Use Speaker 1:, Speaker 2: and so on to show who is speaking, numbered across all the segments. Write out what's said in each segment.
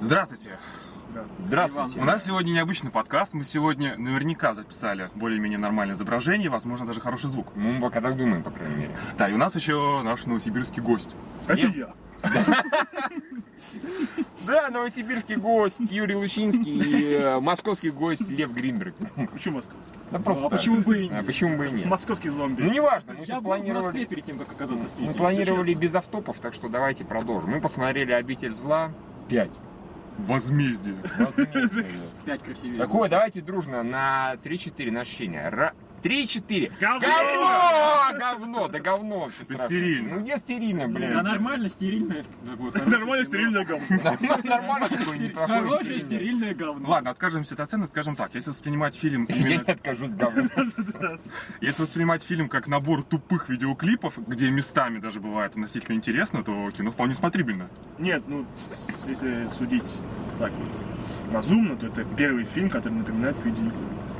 Speaker 1: Здравствуйте.
Speaker 2: Здравствуйте.
Speaker 1: Здравствуйте. У нас сегодня необычный подкаст. Мы сегодня наверняка записали более-менее нормальное изображение, возможно, даже хороший звук.
Speaker 3: Ну, мы пока так думаем, по крайней мере.
Speaker 1: Да, и у нас еще наш новосибирский гость.
Speaker 2: Это
Speaker 3: Я-
Speaker 2: я.
Speaker 3: Да, новосибирский гость Юрий Лучинский и э, московский гость Лев Гринберг.
Speaker 2: Почему московский?
Speaker 3: Да просто
Speaker 2: а
Speaker 3: так.
Speaker 2: почему бы и
Speaker 3: А
Speaker 2: нет?
Speaker 3: почему бы и нет?
Speaker 2: Московский зомби.
Speaker 3: Ну, неважно, мы
Speaker 4: Я
Speaker 3: тут
Speaker 4: был в Москве
Speaker 3: планировали...
Speaker 4: перед тем, как оказаться в Питере.
Speaker 3: Мы
Speaker 4: если
Speaker 3: планировали
Speaker 4: честно.
Speaker 3: без автопов, так что давайте продолжим. Мы посмотрели «Обитель зла» 5.
Speaker 1: Возмездие.
Speaker 4: Пять красивее.
Speaker 3: Так вот, давайте дружно на 3-4 на ощущение. Ра- 3-4.
Speaker 2: Говно!
Speaker 3: Говно! Говно! Да говно вообще
Speaker 1: Да
Speaker 3: страшно.
Speaker 1: стерильно.
Speaker 3: Ну, я стерильно, блин.
Speaker 4: Да нормально, А стерильное. такое хорошее
Speaker 2: Нормально
Speaker 4: кино.
Speaker 2: стерильное говно.
Speaker 3: Ну, Нормально такое
Speaker 4: Стери-
Speaker 3: неплохое
Speaker 4: Хорошее
Speaker 3: стерильное.
Speaker 4: стерильное говно.
Speaker 1: Ладно, откажемся от оценок, скажем так, если воспринимать фильм
Speaker 3: Я
Speaker 1: именно...
Speaker 3: не откажусь говно.
Speaker 1: Если воспринимать фильм как набор тупых видеоклипов, где местами даже бывает относительно интересно, то кино вполне смотрибельно.
Speaker 2: Нет, ну, с- если судить так вот разумно, то это первый фильм, который напоминает видео.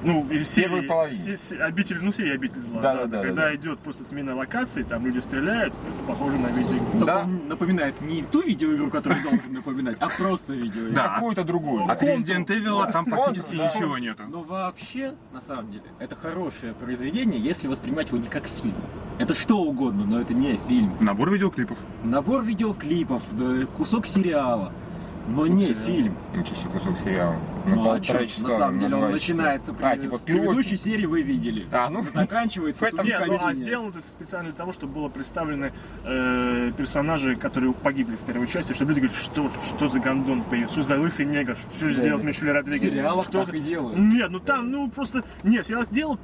Speaker 2: Ну, из
Speaker 3: Первой
Speaker 2: серии,
Speaker 3: половине.
Speaker 2: се- се- обитель, ну, серия обитель зла.
Speaker 3: Да, да, да,
Speaker 2: Когда
Speaker 3: да, да.
Speaker 2: идет просто смена локации, там люди стреляют, это похоже на видео.
Speaker 4: Только
Speaker 3: да.
Speaker 4: он напоминает не ту видеоигру, которую должен напоминать, а просто видеоигру.
Speaker 1: Да.
Speaker 3: Какую-то другую.
Speaker 1: От А Resident Evil там
Speaker 3: Контур,
Speaker 1: практически
Speaker 3: да.
Speaker 1: ничего нету.
Speaker 4: Но вообще, на самом деле, это хорошее произведение, если воспринимать его не как фильм. Это что угодно, но это не фильм.
Speaker 1: Набор видеоклипов.
Speaker 4: Набор видеоклипов, да, кусок сериала, но
Speaker 2: Кусок
Speaker 4: не
Speaker 2: сериала.
Speaker 4: фильм.
Speaker 3: Ничего себе кусок сериала. На
Speaker 4: Ну, а
Speaker 3: полтора
Speaker 4: чё,
Speaker 3: часа.
Speaker 4: на самом
Speaker 3: на
Speaker 4: деле
Speaker 3: два
Speaker 4: он
Speaker 3: часа.
Speaker 4: начинается при-
Speaker 3: А, типа
Speaker 4: в предыдущей
Speaker 3: пилотник.
Speaker 4: серии вы видели.
Speaker 3: А, ну,
Speaker 4: Заканчивается
Speaker 3: В этом
Speaker 4: тут
Speaker 2: Нет, ну, а
Speaker 4: сами извиняют.
Speaker 2: сделано это специально для того, чтобы было представлены э, персонажи, которые погибли в первой части, чтобы люди говорили, что, что за гондон появился, что за лысый негр, что же
Speaker 4: Да,
Speaker 2: сделал
Speaker 4: да.
Speaker 2: Мишель
Speaker 4: В
Speaker 2: Родригес.
Speaker 4: сериалах
Speaker 2: что
Speaker 4: так
Speaker 2: за-
Speaker 4: и делают.
Speaker 2: Нет, ну там, ну просто... Нет, сериал делал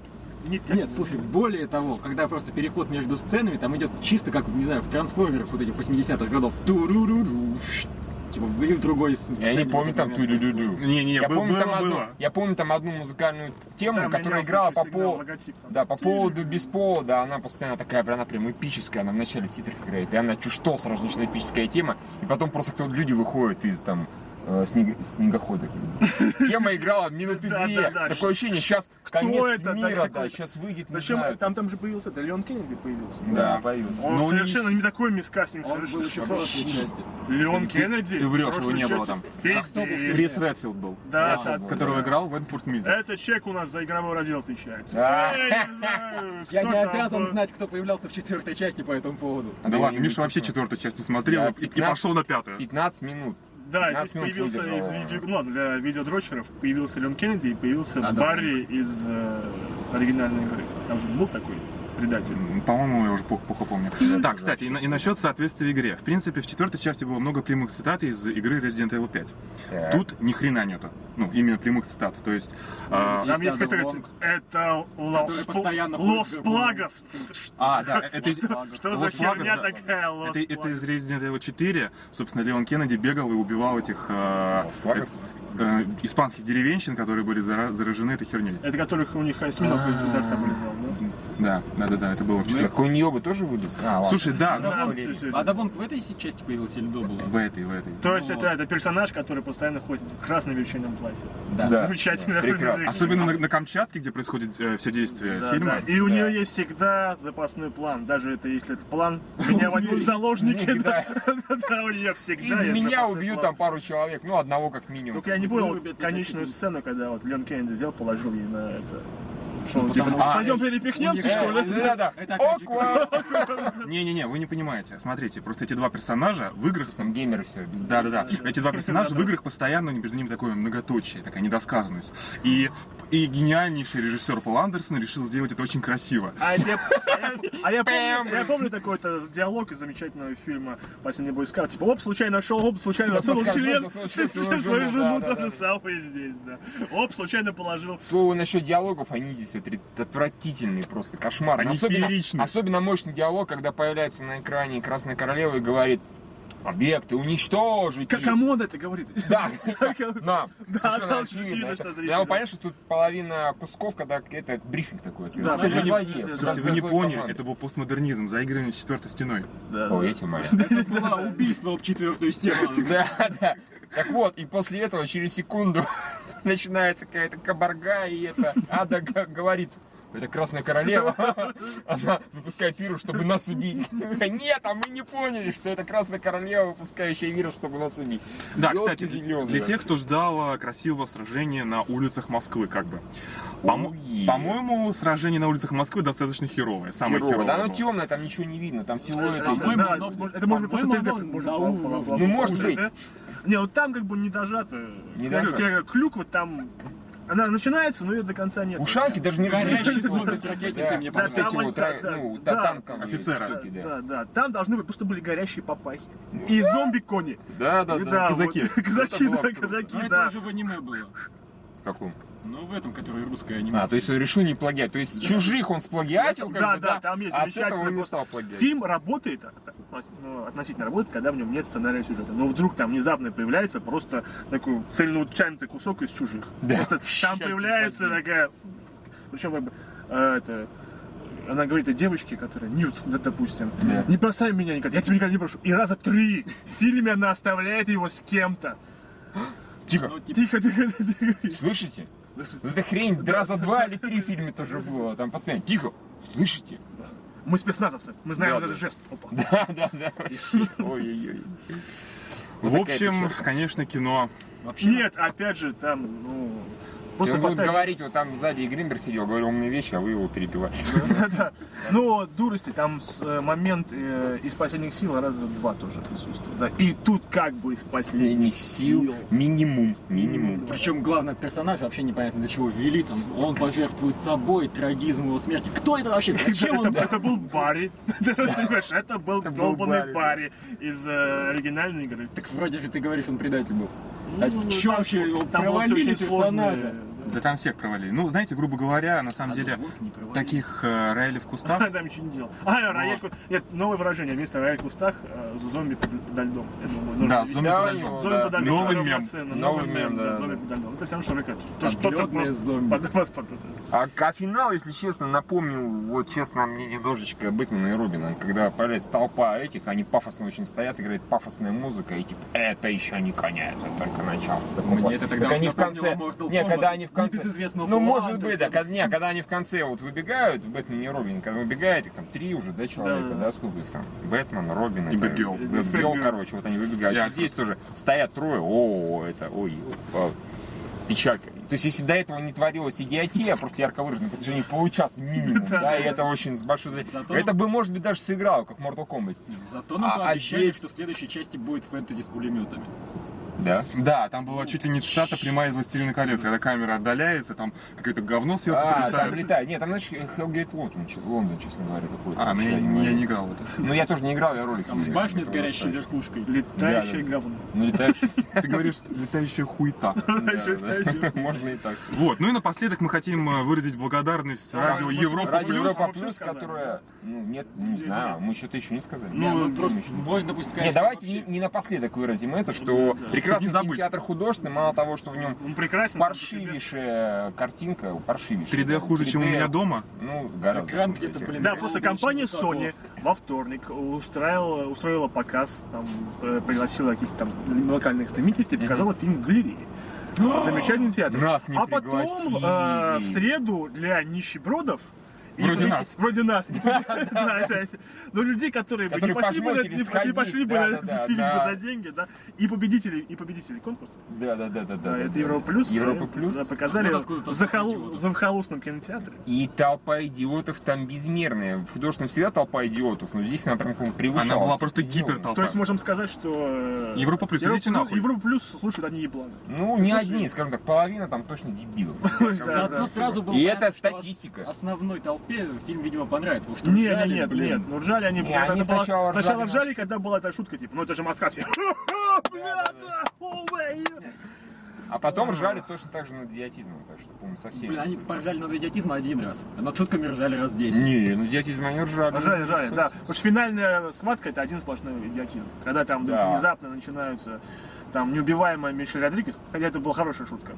Speaker 2: не так.
Speaker 4: Нет, слушай, более того, когда просто переход между сценами, там идет чисто как, не знаю, в трансформерах вот этих 80-х годов. Ту-ру-ру-ру, шт. Типа, в- и в другой сцене.
Speaker 3: Я не
Speaker 4: вот
Speaker 3: помню
Speaker 4: этот
Speaker 3: там
Speaker 4: момент
Speaker 3: ту-ду-ду-ду.
Speaker 1: Не-не,
Speaker 3: Я
Speaker 1: бы-
Speaker 3: помню там
Speaker 1: было,
Speaker 3: одну,
Speaker 1: было.
Speaker 3: я помню там одну музыкальную тему,
Speaker 2: Там
Speaker 3: которая
Speaker 2: менялся
Speaker 3: играла
Speaker 2: еще
Speaker 3: по
Speaker 2: сигнал,
Speaker 3: поводу...
Speaker 2: логотип там.
Speaker 3: Да, по поводу без повода, она постоянно такая, прям, она прям эпическая, она в начале титров играет, и она чуть что, сразу начинает эпическая тема, и потом просто кто-то люди выходят из там э, снег- снегохода. Тема играла минуты
Speaker 2: Да,
Speaker 3: две.
Speaker 2: да, да.
Speaker 3: Такое ощущение, сейчас
Speaker 2: Кто
Speaker 3: конец
Speaker 2: это? Да,
Speaker 3: мира, да,
Speaker 2: какой-то.
Speaker 3: сейчас выйдет, не
Speaker 2: Причем
Speaker 3: знаю.
Speaker 2: там, там же появился, да, Леон Кеннеди появился.
Speaker 3: Да, появился.
Speaker 2: Он
Speaker 1: Но он
Speaker 2: совершенно
Speaker 1: не-
Speaker 2: не такой мискастинг
Speaker 4: Он был еще в
Speaker 2: совершенно.
Speaker 4: прошлой части.
Speaker 2: Леон
Speaker 1: Ты-
Speaker 2: Кеннеди?
Speaker 1: ты врешь, его
Speaker 2: прошлой
Speaker 1: не было
Speaker 2: части?
Speaker 1: там.
Speaker 2: Петь,
Speaker 1: А кто был в
Speaker 2: э,
Speaker 1: Крис Редфилд был,
Speaker 2: Да,
Speaker 3: Да,
Speaker 2: да,
Speaker 3: был.
Speaker 1: которого играл в Энфорд Мид.
Speaker 2: Этот человек у нас за игровой раздел отвечает.
Speaker 3: Да.
Speaker 2: Я не знаю,
Speaker 4: Я
Speaker 2: кто
Speaker 4: не
Speaker 2: там
Speaker 4: обязан
Speaker 2: был.
Speaker 4: знать, кто появлялся в четвертой части по этому поводу.
Speaker 1: Да
Speaker 3: я
Speaker 1: ладно,
Speaker 3: не
Speaker 1: Миша вообще
Speaker 3: знаю.
Speaker 1: четвертую часть не смотрел
Speaker 3: Я
Speaker 1: и- и
Speaker 3: 15
Speaker 1: пошел на пятую.
Speaker 3: 15 минут.
Speaker 2: Да,
Speaker 3: 15
Speaker 2: здесь
Speaker 3: минут
Speaker 2: появился из
Speaker 3: выдержал.
Speaker 2: видео... Ну, ладно, для видеодрочеров появился Леон Кеннеди и появился
Speaker 4: А, да,
Speaker 2: Барри из э, оригинальной игры. Там же был такой предатель.
Speaker 1: М, По-моему, я уже плохо, плохо помню. Так, кстати, и, на- и насчет соответствия игре. В принципе, в четвертой части было много прямых цитат из игры Resident Evil 5.
Speaker 3: Так.
Speaker 1: Тут ни хрена нету. Ну, именно прямых цитат. То есть, а,
Speaker 4: Есть
Speaker 2: Там есть
Speaker 4: Адам
Speaker 2: какая-то-
Speaker 4: Лонг,
Speaker 2: Это Лос
Speaker 4: который постоянно ходит
Speaker 2: Лос
Speaker 4: в другую.
Speaker 2: Плагос.
Speaker 1: а, да, это, из-
Speaker 4: Что?
Speaker 2: Что за
Speaker 1: Лос Плагос,
Speaker 2: херня
Speaker 1: да.
Speaker 2: такая, Лос
Speaker 1: это, это
Speaker 2: Плагос?
Speaker 1: из Resident Evil 4. Собственно, Леон Кеннеди бегал и убивал этих а,
Speaker 3: Флагос?
Speaker 1: э, э, испанских деревенщин, которые были зара- заражены этой херней.
Speaker 2: Это которых у них осьминог из изо рта вылезал, да?
Speaker 1: Да, да, да, да, это было в четвертой.
Speaker 3: Так у нее бы тоже вылез? А, ладно.
Speaker 1: Слушай, да, ну,
Speaker 4: Да,
Speaker 2: Да,
Speaker 4: вот
Speaker 2: всё, всё.
Speaker 4: А Давонг в этой си- части появился или до была?
Speaker 1: в этой, в этой.
Speaker 2: То есть
Speaker 4: Ну,
Speaker 2: это, это персонаж, который постоянно ходит в красном вечернем платье.
Speaker 3: Да,
Speaker 2: Замечательно.
Speaker 3: да, прекрасно.
Speaker 1: Особенно на, на Камчатке, где происходит все действие
Speaker 2: Да,
Speaker 1: фильма.
Speaker 2: да. И у
Speaker 3: Да.
Speaker 2: нее есть всегда запасной план. Даже это если этот план меня возьмут в заложники, да.
Speaker 3: Никогда.
Speaker 2: Да, у нее всегда
Speaker 3: Из
Speaker 2: есть
Speaker 3: меня
Speaker 2: запасной
Speaker 3: убьют
Speaker 2: план.
Speaker 3: там пару человек, ну одного как минимум.
Speaker 2: Только я не понял
Speaker 4: Вырубят
Speaker 2: вот конечную
Speaker 4: это тебе.
Speaker 2: сцену, когда вот Лен Кеннеди взял, положил ей на это. Что он
Speaker 4: потому
Speaker 2: типа,
Speaker 3: что-
Speaker 2: пойдем
Speaker 3: А,
Speaker 2: перепихнемся,
Speaker 4: у
Speaker 2: что ли?
Speaker 4: них-
Speaker 3: Да, да.
Speaker 4: Это опять же
Speaker 3: Awkward.
Speaker 1: Не-не-не, вы не понимаете. Смотрите, просто эти два персонажа в играх...
Speaker 3: Там геймеры все без да.
Speaker 1: Да-да-да, эти два персонажа в играх постоянно между ними такое многоточие, такая недосказанность. И, и гениальнейший режиссер Пол Андерсон решил сделать это очень красиво.
Speaker 2: А я, а я помню,
Speaker 3: Пэм.
Speaker 2: я помню такой-то диалог из замечательного фильма «Последний бойскаут». Типа, оп, случайно нашел, оп, случайно
Speaker 3: Да,
Speaker 2: засунул
Speaker 3: Паскаль
Speaker 2: член,
Speaker 3: Боза засунул свою
Speaker 2: свою
Speaker 3: жену,
Speaker 2: жену,
Speaker 3: да, да,
Speaker 2: то же
Speaker 3: да.
Speaker 2: самое здесь, да. Оп, случайно положил.
Speaker 3: К слову, насчет диалогов, они здесь отри- отвратительные просто, кошмар.
Speaker 1: Они
Speaker 3: особенно,
Speaker 1: фееричны.
Speaker 3: особенно мощный диалог, когда появляется на экране Красная Королева и говорит «Объекты уничтожить!»
Speaker 2: К- Кому он это говорит?
Speaker 3: Да, нам.
Speaker 2: Да,
Speaker 3: Совершенно
Speaker 2: там
Speaker 3: очевидно.
Speaker 2: очевидно,
Speaker 3: Это-
Speaker 2: что
Speaker 3: Я
Speaker 2: зрители.
Speaker 3: понятно, что тут половина кусков, когда это брифинг такой. открыт.
Speaker 2: Да,
Speaker 3: Это
Speaker 2: да,
Speaker 3: для
Speaker 2: да,
Speaker 3: злодеев,
Speaker 2: да, да.
Speaker 3: это
Speaker 1: Слушайте,
Speaker 3: для
Speaker 1: вы не
Speaker 3: злой
Speaker 1: поняли,
Speaker 3: команды.
Speaker 1: это был постмодернизм, заигрывание с четвертой стеной.
Speaker 2: Да,
Speaker 3: О,
Speaker 2: да.
Speaker 3: я тебя умоляю.
Speaker 4: Это было убийство в четвертую стену.
Speaker 3: Да, да. Так вот, и после этого через секунду начинается какая-то кабарга, и это Ада г- говорит, это Красная Королева, она выпускает вирус, чтобы нас убить. Нет, а мы не поняли, что это Красная Королева, выпускающая вирус, чтобы нас убить.
Speaker 1: Да,
Speaker 3: Ёлки
Speaker 1: кстати,
Speaker 3: зелёные.
Speaker 1: для тех, кто ждал э, красивого сражения на улицах Москвы, как бы. Помо-
Speaker 3: Уи.
Speaker 1: По-моему, сражение на улицах Москвы достаточно херовое. Самое
Speaker 3: Херово.
Speaker 1: херовое.
Speaker 3: Да, ну, оно
Speaker 1: было.
Speaker 3: темное, там ничего не видно, там силуэты.
Speaker 2: Да,
Speaker 3: есть.
Speaker 2: да,
Speaker 4: По-моему,
Speaker 2: да,
Speaker 4: оно-
Speaker 2: это можно просто
Speaker 4: по-моему,
Speaker 2: терпеть,
Speaker 4: оно
Speaker 2: можно
Speaker 4: на
Speaker 2: бла- бла-
Speaker 4: уровне.
Speaker 2: бла- бла-
Speaker 3: Ну, может
Speaker 2: уже,
Speaker 3: быть.
Speaker 2: да? Не, вот там как бы не дожато.
Speaker 3: Не
Speaker 2: Как-
Speaker 3: дожато.
Speaker 2: как- Клюква там, она начинается, но ее до конца нет.
Speaker 3: Ушанки даже не
Speaker 4: Горящий
Speaker 3: разбирают.
Speaker 4: зомби с ракетницей
Speaker 3: Да.
Speaker 4: мне
Speaker 3: Да,
Speaker 2: да,
Speaker 3: Вот эти
Speaker 2: там
Speaker 4: понравилось.
Speaker 3: вот,
Speaker 2: вот, да,
Speaker 3: ра-
Speaker 2: да,
Speaker 3: ну,
Speaker 2: да,
Speaker 3: танковые
Speaker 1: офицера.
Speaker 3: штуки, да. Ну.
Speaker 2: Да, да, там должны быть просто были горящие папахи. И зомби-кони.
Speaker 3: Да, да,
Speaker 2: И
Speaker 3: да.
Speaker 1: казаки.
Speaker 2: вот, казаки,
Speaker 3: Это было
Speaker 2: да,
Speaker 3: круто.
Speaker 2: казаки,
Speaker 4: Ну, это
Speaker 2: да.
Speaker 4: уже в аниме было.
Speaker 3: В каком?
Speaker 4: Ну, в этом, который русское аниме.
Speaker 3: А, то есть он решил не плагиать. То есть чужих он сплагиатил, как
Speaker 2: Да,
Speaker 3: бы,
Speaker 2: да, там есть
Speaker 3: а от этого
Speaker 2: замечательный
Speaker 3: он не
Speaker 2: просто
Speaker 3: стал плагиать.
Speaker 2: Фильм работает, от- ну, относительно работает, когда в нем нет сценария сюжета. Но вдруг там внезапно появляется просто такой цельноутчанный кусок из чужих.
Speaker 3: Да.
Speaker 2: Просто там
Speaker 3: Ща, типа,
Speaker 2: появляется
Speaker 3: блин.
Speaker 2: такая... Причем как бы, э, это... Она говорит о девочке, которая Ньют, да, допустим.
Speaker 3: Да.
Speaker 2: Не бросай меня никогда, я тебя никогда не прошу. И раза три в фильме она оставляет его с кем-то.
Speaker 3: Тихо.
Speaker 4: Ну, типа,
Speaker 2: Тихо, тихо, тихо.
Speaker 3: Слышите? Вот эта хрень раза два или три в фильме тоже было. Там постоянно тихо. Слышите?
Speaker 2: Мы спецназовцы, мы знаем
Speaker 3: Да,
Speaker 2: вот этот
Speaker 3: да.
Speaker 2: жест. Опа.
Speaker 3: Да, да, да. вообще. Ой-ой-ой. Вот
Speaker 1: В
Speaker 3: такая
Speaker 1: общем,
Speaker 3: печалька.
Speaker 1: конечно, кино.
Speaker 4: вообще
Speaker 2: Нет, опять же, там, ну...
Speaker 3: Я
Speaker 2: Просто
Speaker 3: буду
Speaker 2: хватает
Speaker 3: говорить, вот там сзади и Гринберг сидел, говорил умные вещи, а вы его перебиваете.
Speaker 2: Да-да. Но дурости там с, э, момент э, из последних сил раза два тоже присутствует. Да. И тут как бы из
Speaker 3: Последних
Speaker 2: последних
Speaker 3: сил
Speaker 2: сил.
Speaker 3: минимум, минимум.
Speaker 4: Причем главный персонаж вообще непонятно для чего ввели, там он пожертвует собой, трагизм его смерти. Кто это вообще? Зачем он?
Speaker 2: Это, это был Барри. Ты просто понимаешь, это был
Speaker 3: Это был
Speaker 2: долбанный
Speaker 3: Барри,
Speaker 2: Барри из э, оригинальной игры.
Speaker 4: Так вроде же ты говоришь, он предатель был. А
Speaker 2: Ну,
Speaker 4: чё
Speaker 2: там-
Speaker 4: вообще его
Speaker 2: там было всё
Speaker 4: провалили
Speaker 2: очень сложно.
Speaker 4: персонажа?
Speaker 1: Да там всех провалили. Ну, знаете, грубо говоря, на
Speaker 3: А
Speaker 1: самом деле, таких э, роялей в кустах
Speaker 2: Да, там ничего не делал. А, рояль Куст- Нет, новое выражение. Вместо рояль в кустах э, зомби под, подо льдом. Я думаю, нужно
Speaker 1: Да,
Speaker 2: ввести.
Speaker 1: зомби подо льдом,
Speaker 2: Зомби
Speaker 3: да.
Speaker 2: подо льдом.
Speaker 1: Новый мем.
Speaker 2: равноценно.
Speaker 3: Новый мем, да,
Speaker 2: Зомби
Speaker 3: да.
Speaker 2: подо льдом. Это все равно, что ракета. То что-то
Speaker 4: Подлётные
Speaker 2: просто...
Speaker 4: зомби.
Speaker 2: под- под- под-
Speaker 3: А, к- а финал, если честно, напомнил, вот честно, мне немножечко Бэтмена и Робина, когда появляется толпа этих, они пафосно очень стоят, играет пафосная музыка, и типа, это еще не конец, это только начало. В таком плане.
Speaker 4: Мне это тогда
Speaker 3: Как они
Speaker 4: очень
Speaker 3: в конце,
Speaker 4: напомнило Mortal
Speaker 3: не,
Speaker 4: Kombat.
Speaker 3: когда они в
Speaker 4: Ну,
Speaker 3: конце,
Speaker 4: без известного
Speaker 3: ну,
Speaker 4: Пола
Speaker 3: может быть, да,
Speaker 4: Андерсона.
Speaker 3: когда, не, когда они в конце вот выбегают, Бэтмен и Робин, когда выбегает, их там три уже, да, человека, да,
Speaker 2: Да.
Speaker 3: сколько их там, Бэтмен, Робин,
Speaker 1: И
Speaker 3: это-
Speaker 1: Бэтгерл.
Speaker 3: Бэтгерл,
Speaker 2: Бэтгерл.
Speaker 3: короче, вот они выбегают.
Speaker 1: Я
Speaker 3: И здесь тоже стоят трое, о, это, ой, вау. Печалька. То есть, если до этого не творилось идиотия, а просто ярко выражена, на протяжении получаса минимум, да, и это очень с большой...
Speaker 4: Зато-
Speaker 3: Это бы, может быть, даже сыграло, как Mortal Kombat.
Speaker 4: Зато нам
Speaker 3: А- а
Speaker 4: пообещали,
Speaker 3: здесь-
Speaker 4: что в следующей части будет фэнтези с пулеметами.
Speaker 3: Да.
Speaker 1: Да, там была чуть ли не цитата прямая из «Властелина колец», когда камера отдаляется, там какое-то говно сверху
Speaker 3: А, там
Speaker 1: прилетает.
Speaker 3: летает. Нет, там, знаешь, Hellgate Лондон, ч- Лондон, честно говоря, какой-то.
Speaker 1: А, ну я,
Speaker 3: вообще,
Speaker 1: я
Speaker 3: не-
Speaker 1: не играл в это.
Speaker 3: Ну, я тоже не играл, я ролик.
Speaker 4: Там
Speaker 3: не-
Speaker 4: башня
Speaker 3: не
Speaker 4: с горящей
Speaker 3: поставил.
Speaker 4: верхушкой.
Speaker 2: Летающее
Speaker 3: Да, да.
Speaker 2: говно.
Speaker 3: Ну, летающий.
Speaker 1: Ты говоришь, летающая хуета.
Speaker 3: да, да. Можно и так сказать.
Speaker 1: Вот, ну и напоследок мы хотим э, выразить благодарность
Speaker 2: Да,
Speaker 1: радио
Speaker 2: мы-
Speaker 1: Европа
Speaker 3: Радио
Speaker 1: Плюс.
Speaker 3: Европа
Speaker 2: мы всё
Speaker 3: Плюс,
Speaker 2: сказали,
Speaker 3: которая... Ну, нет, не знаю, мы что-то еще не сказали.
Speaker 4: Не,
Speaker 2: Ну,
Speaker 4: ну, просто
Speaker 3: еще.
Speaker 4: можно пусть сказать.
Speaker 3: Не,
Speaker 4: что
Speaker 3: давайте не,
Speaker 4: вообще-
Speaker 3: не напоследок выразим это, что
Speaker 2: Да, да.
Speaker 3: прекрасный
Speaker 1: Не забыть.
Speaker 3: кинотеатр художественный, мало того, что в нем
Speaker 2: Ну, Он прекрасен. сам по себе.
Speaker 3: паршивейшая картинка, паршивейшая.
Speaker 1: 3D ну, хуже, чем у
Speaker 3: 3D,
Speaker 1: меня дома.
Speaker 3: Ну, гораздо.
Speaker 4: Экран
Speaker 3: хуже,
Speaker 4: где-то,
Speaker 3: чем-
Speaker 4: блин.
Speaker 2: Да,
Speaker 4: Взял
Speaker 2: просто
Speaker 4: бы
Speaker 2: компания
Speaker 4: еще такого.
Speaker 2: Sony во вторник устраивала, устроила показ, там, э, пригласила каких-то там локальных знаменитостей, показала фильм в галерее. Замечательный театр.
Speaker 3: А! Нас не
Speaker 2: а потом э, в
Speaker 3: пригласили.
Speaker 2: среду для нищебродов и
Speaker 1: Вроде
Speaker 2: при-
Speaker 1: нас.
Speaker 2: Вроде нас. Да, да, да. Но людей, которые бы не
Speaker 3: Которые
Speaker 2: пошли бы на-
Speaker 3: пожмотились
Speaker 2: не- не пошли бы
Speaker 3: сходить,
Speaker 2: на
Speaker 3: да, да,
Speaker 2: этот фильм
Speaker 3: да.
Speaker 2: за деньги, да. И победители, и победители конкурса.
Speaker 3: Да, да, да, да,
Speaker 2: Да,
Speaker 3: да. да,
Speaker 2: А, это
Speaker 3: да.
Speaker 2: Европа плюс.
Speaker 3: Европа
Speaker 2: э,
Speaker 3: плюс.
Speaker 2: да, Показали
Speaker 4: Откуда- откуда-то
Speaker 2: в захолу-
Speaker 4: идиотов.
Speaker 2: в захолустном кинотеатре.
Speaker 3: И толпа идиотов там безмерная. В художественном всегда толпа идиотов, но здесь она прям по-моему, превышала.
Speaker 1: Она была
Speaker 3: всё
Speaker 1: просто
Speaker 3: это дело.
Speaker 1: гипертолпа.
Speaker 2: То есть можем сказать, что... э,
Speaker 1: Европа плюс, идите нахуй.
Speaker 2: Европа плюс слушают одни ебланы.
Speaker 3: Ну, не
Speaker 2: Слушай.
Speaker 3: одни, скажем так, половина там точно дебилов.
Speaker 2: Да,
Speaker 4: Зато
Speaker 2: да.
Speaker 4: сразу было
Speaker 3: И
Speaker 4: понятно,
Speaker 3: это
Speaker 4: что
Speaker 3: статистика.
Speaker 4: ос- Основной толпе фильм, видимо, понравится. потому что
Speaker 2: Не,
Speaker 4: ржали,
Speaker 2: не, нет,
Speaker 4: блин.
Speaker 2: нет, ну ржали они,
Speaker 3: Не,
Speaker 2: когда
Speaker 3: они
Speaker 2: это была-
Speaker 3: сначала ржали
Speaker 2: сначала
Speaker 3: на-
Speaker 2: ржали, когда была эта шутка, типа, ну это же Москва, все, «Ха-ха, бля, да, о, бля».
Speaker 3: А потом ржали точно так же над идиотизмом, так что, по-моему, совсем.
Speaker 4: Блин, они поржали над идиотизмом один раз, а над шутками ржали раз 10.
Speaker 3: Не, ну идиотизм они ржали.
Speaker 2: Ржали, ржали, да, потому что финальная схватка это один сплошной идиотизм, когда там вдруг
Speaker 3: Да.
Speaker 2: внезапно начинаются, там, неубиваемая Мишель Родригес, хотя это была хорошая шутка,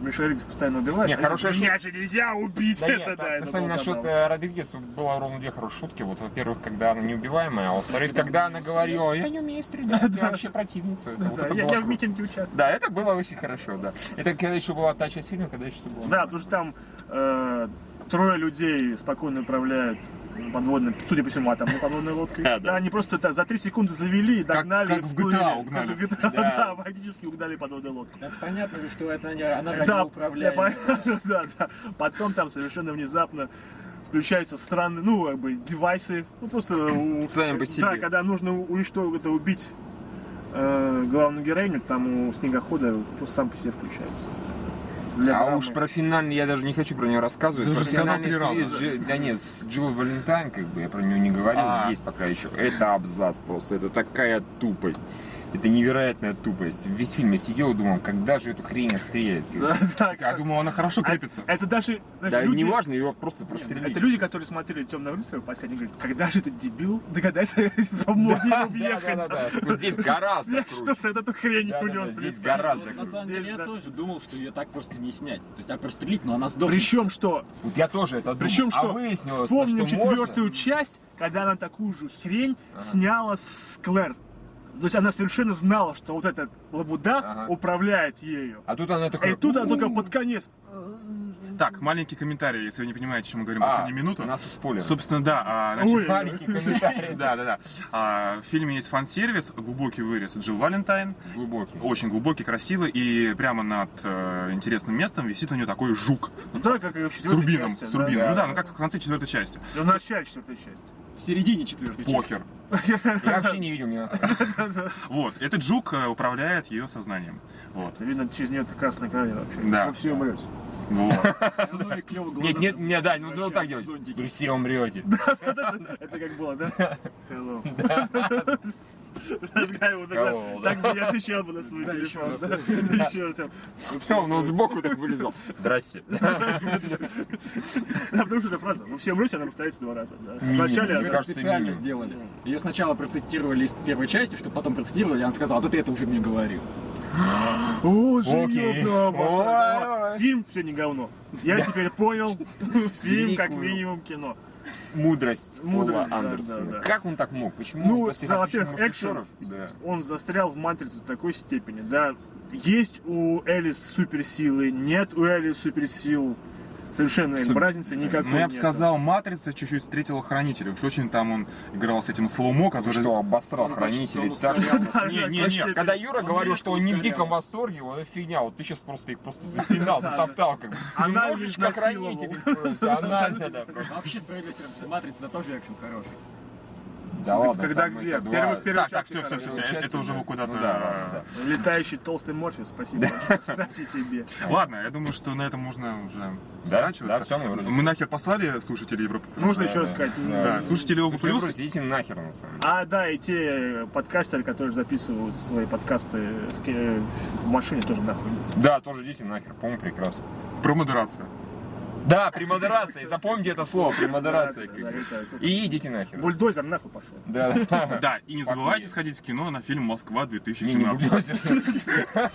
Speaker 2: Мишель Родригес постоянно убивает,
Speaker 3: Не,
Speaker 2: а если
Speaker 3: хорошая
Speaker 2: меня же нельзя убить,
Speaker 3: Да
Speaker 2: это
Speaker 3: нет,
Speaker 2: да,
Speaker 3: на
Speaker 2: это было
Speaker 3: самом деле насчет
Speaker 2: забавно.
Speaker 3: э, Родригес тут было ровно две хорошие шутки. Вот, во-первых, когда она неубиваемая, а во-вторых, когда она говорила, я не умею стрелять, я вообще противница. Это вот
Speaker 2: Да, я,
Speaker 3: это было
Speaker 2: я в
Speaker 3: круто.
Speaker 2: митинге участвую.
Speaker 3: Да, это было очень хорошо, да. Это когда еще была та часть фильма, когда еще все было.
Speaker 2: Да, потому что там э, трое людей спокойно управляют ну, подводным, судя по всему, атомной подводной лодкой.
Speaker 3: Да, да.
Speaker 2: Да, они просто это за три секунды завели и догнали.
Speaker 1: как
Speaker 2: и
Speaker 1: в
Speaker 2: всплыли.
Speaker 1: GTA угнали.
Speaker 2: Как в GTA,
Speaker 3: а Да.
Speaker 2: да, магически угнали подводную лодку.
Speaker 4: Да понятно же, что это не- она
Speaker 2: Да,
Speaker 4: радиоуправляемая.
Speaker 2: я понял, да, да. Потом там совершенно внезапно включаются странные, ну, как бы, девайсы. Ну, просто... у-
Speaker 3: Сами по себе.
Speaker 2: Да, когда нужно уничтожить, это убить э, главную героиню, там у снегохода просто сам по себе включается. Для
Speaker 3: А
Speaker 2: драмы.
Speaker 3: уж про финальный я даже не хочу про него рассказывать.
Speaker 1: Ты
Speaker 3: про
Speaker 1: уже сказал
Speaker 3: финальный
Speaker 1: три раза.
Speaker 3: твист Дж- Да нет, с Джилл Валентайн, как бы, я про него не говорил
Speaker 1: А.
Speaker 3: здесь пока еще. Это абзац просто, это такая тупость. Это невероятная тупость. Весь фильм я сидел и думал, когда же эту хрень стрелят.
Speaker 2: Да, да,
Speaker 1: Я думал, она хорошо крепится.
Speaker 2: Это даже... знаешь,
Speaker 3: Да
Speaker 2: люди-
Speaker 3: неважно, его просто
Speaker 2: Нет,
Speaker 3: прострелили.
Speaker 2: Это люди, которые смотрели темного рыцаря последний, говорят, когда же этот дебил догадается помочь ему въехать.
Speaker 3: да, да,
Speaker 2: да?»
Speaker 3: да. Такой, «Здесь гораздо
Speaker 2: Снять
Speaker 3: круче».
Speaker 2: что-то, эту хрень
Speaker 3: Да, да, да,
Speaker 2: унес.
Speaker 3: здесь гораздо
Speaker 4: Вот, На
Speaker 3: круче.
Speaker 4: самом деле,
Speaker 2: Здесь,
Speaker 4: я
Speaker 2: да.
Speaker 4: тоже думал, что ее так просто не снять. То есть, а прострелить, но она сдохнет.
Speaker 2: Причем что?
Speaker 3: Вот я тоже это думал.
Speaker 2: Причем
Speaker 3: А
Speaker 2: что?
Speaker 3: выяснилось,
Speaker 2: Вспомним
Speaker 3: что можно.
Speaker 2: четвертую часть, когда она такую же хрень сняла с Клэр. То есть она совершенно знала, что вот эта лабуда
Speaker 3: Ага.
Speaker 2: управляет ею.
Speaker 3: А тут она такая...
Speaker 2: И тут она только
Speaker 3: «У-у-у».
Speaker 2: под конец.
Speaker 1: Так, маленький комментарий, если вы не понимаете, о чем мы говорим
Speaker 3: А,
Speaker 1: последнюю минуту.
Speaker 3: У нас тут спойлер.
Speaker 1: Собственно, да, а, значит,
Speaker 2: Ой,
Speaker 3: Маленький комментарий,
Speaker 1: Да,
Speaker 3: да.
Speaker 1: да, да. А, в фильме есть фан-сервис, глубокий вырез Джилл Валентайн.
Speaker 3: Глубокий.
Speaker 1: Очень глубокий, красивый, и прямо над э, интересным местом висит у нее такой жук.
Speaker 2: Да, как и в
Speaker 1: С
Speaker 2: четвертой
Speaker 1: рубином,
Speaker 2: части,
Speaker 1: с
Speaker 2: да.
Speaker 1: рубином.
Speaker 3: да.
Speaker 1: Ну да, ну как в конце четвертой части.
Speaker 2: Да, В начале четвертой части.
Speaker 4: В середине четвертой части.
Speaker 1: Похер.
Speaker 3: Я вообще не видел, мне на самом деле.
Speaker 1: Вот, этот жук э, управляет ее сознанием. Вот.
Speaker 2: Видно, через нее красная кровь вообще.
Speaker 1: Да.
Speaker 2: Во все умрет.
Speaker 1: Вот.
Speaker 4: Ну и клево глаза.
Speaker 3: Нет, нет, нет, да, ну вот так делать.
Speaker 4: Зонтики.
Speaker 3: Вы все умрете.
Speaker 2: Это как было, да? Hello. Такая вот как раз-
Speaker 3: Hello,
Speaker 2: Так бы я отвечал бы на свой
Speaker 4: Да, еще
Speaker 2: телефон.
Speaker 4: раз.
Speaker 2: да. Еще раз.
Speaker 3: Все, он вот сбоку так вылезал. Здрасте.
Speaker 2: Да, потому что эта фраза «Вы все умрете», она повторяется два раза. да.
Speaker 3: Не,
Speaker 2: Вначале
Speaker 3: мне
Speaker 2: она-
Speaker 3: кажется,
Speaker 4: специально
Speaker 3: не-
Speaker 4: сделали. Ее сначала процитировали из первой части, чтобы потом процитировали, и она сказала, да ты это уже мне говорил.
Speaker 2: «О,
Speaker 3: Окей.
Speaker 2: говно, басар».
Speaker 3: Ой.
Speaker 2: О, Фильм все не говно. Я теперь понял, фильм как
Speaker 3: Великую.
Speaker 2: минимум кино.
Speaker 3: Мудрость Пола
Speaker 2: Мудрость, да, да,
Speaker 3: Андерсона.
Speaker 2: да.
Speaker 3: Как он так мог? Почему
Speaker 2: Ну,
Speaker 3: он после
Speaker 2: да,
Speaker 3: «Ходячих
Speaker 2: во-первых, экшен.
Speaker 3: мушкетеров»? Да.
Speaker 2: Он застрял в матрице в такой степени, да. Есть у Элис суперсилы, нет у Элис суперсил. Совершенно
Speaker 1: Супер-
Speaker 2: разницы никакой
Speaker 1: Ну, я бы
Speaker 2: нету.
Speaker 1: сказал, Матрица чуть-чуть встретила Хранителя. Уж очень там он играл с этим слоумо, который...
Speaker 3: Что, обосрал
Speaker 4: Он почти
Speaker 3: хранителей
Speaker 4: он
Speaker 3: так
Speaker 4: устарел.
Speaker 3: что-
Speaker 2: Да,
Speaker 1: Не,
Speaker 2: да,
Speaker 1: не,
Speaker 2: такой
Speaker 1: не.
Speaker 2: степени.
Speaker 3: Когда Юра
Speaker 4: Он
Speaker 3: говорил,
Speaker 4: резко
Speaker 3: что он не в
Speaker 4: устарел.
Speaker 3: диком восторге, вот это фигня, вот ты сейчас просто их просто запинал, затоптал, как бы.
Speaker 2: Она
Speaker 3: Немножечко
Speaker 2: их насиловала.
Speaker 3: хранителей просто, анально, да, просто.
Speaker 4: Вообще справедливости ради, матрица, да тоже экшен хороший.
Speaker 3: Да ладно,
Speaker 2: когда
Speaker 3: там ну,
Speaker 2: где?
Speaker 3: это
Speaker 2: В
Speaker 3: два-
Speaker 2: первый- в первый-
Speaker 1: Так, так,
Speaker 2: части,
Speaker 1: все, все,
Speaker 2: короче,
Speaker 1: все,
Speaker 3: части,
Speaker 1: это уже
Speaker 3: да.
Speaker 1: вы куда-то...
Speaker 3: Ну да, ладно, да.
Speaker 1: э,
Speaker 2: Летающий толстый морфий, спасибо большое. Ставьте себе.
Speaker 1: Ладно, я думаю, что на этом можно уже
Speaker 3: Да,
Speaker 1: заканчиваться.
Speaker 3: да, всё, мы вроде
Speaker 1: Мы нахер послали слушателей Европы. плюс?
Speaker 2: Нужно еще
Speaker 3: да.
Speaker 2: раз сказать. м,
Speaker 1: Да, слушатели Европы
Speaker 3: Слушай,
Speaker 1: плюс.
Speaker 3: просто идите нахер, на самом деле.
Speaker 2: А, да, и те подкастеры, которые записывают свои подкасты в, ке- в машине, тоже нахуй.
Speaker 3: Да, тоже идите нахер, по-моему, прекрасно.
Speaker 1: Про модерацию.
Speaker 3: Да, при модерации, запомните это слово, при модерации.
Speaker 2: Да, это-
Speaker 3: И идите нахер.
Speaker 2: Бульдозер нахуй пошел.
Speaker 3: Да, да.
Speaker 1: Да, и не
Speaker 3: Похуй.
Speaker 1: забывайте сходить в кино на фильм «Москва
Speaker 3: Не, не
Speaker 1: 2017».
Speaker 3: бульдозер.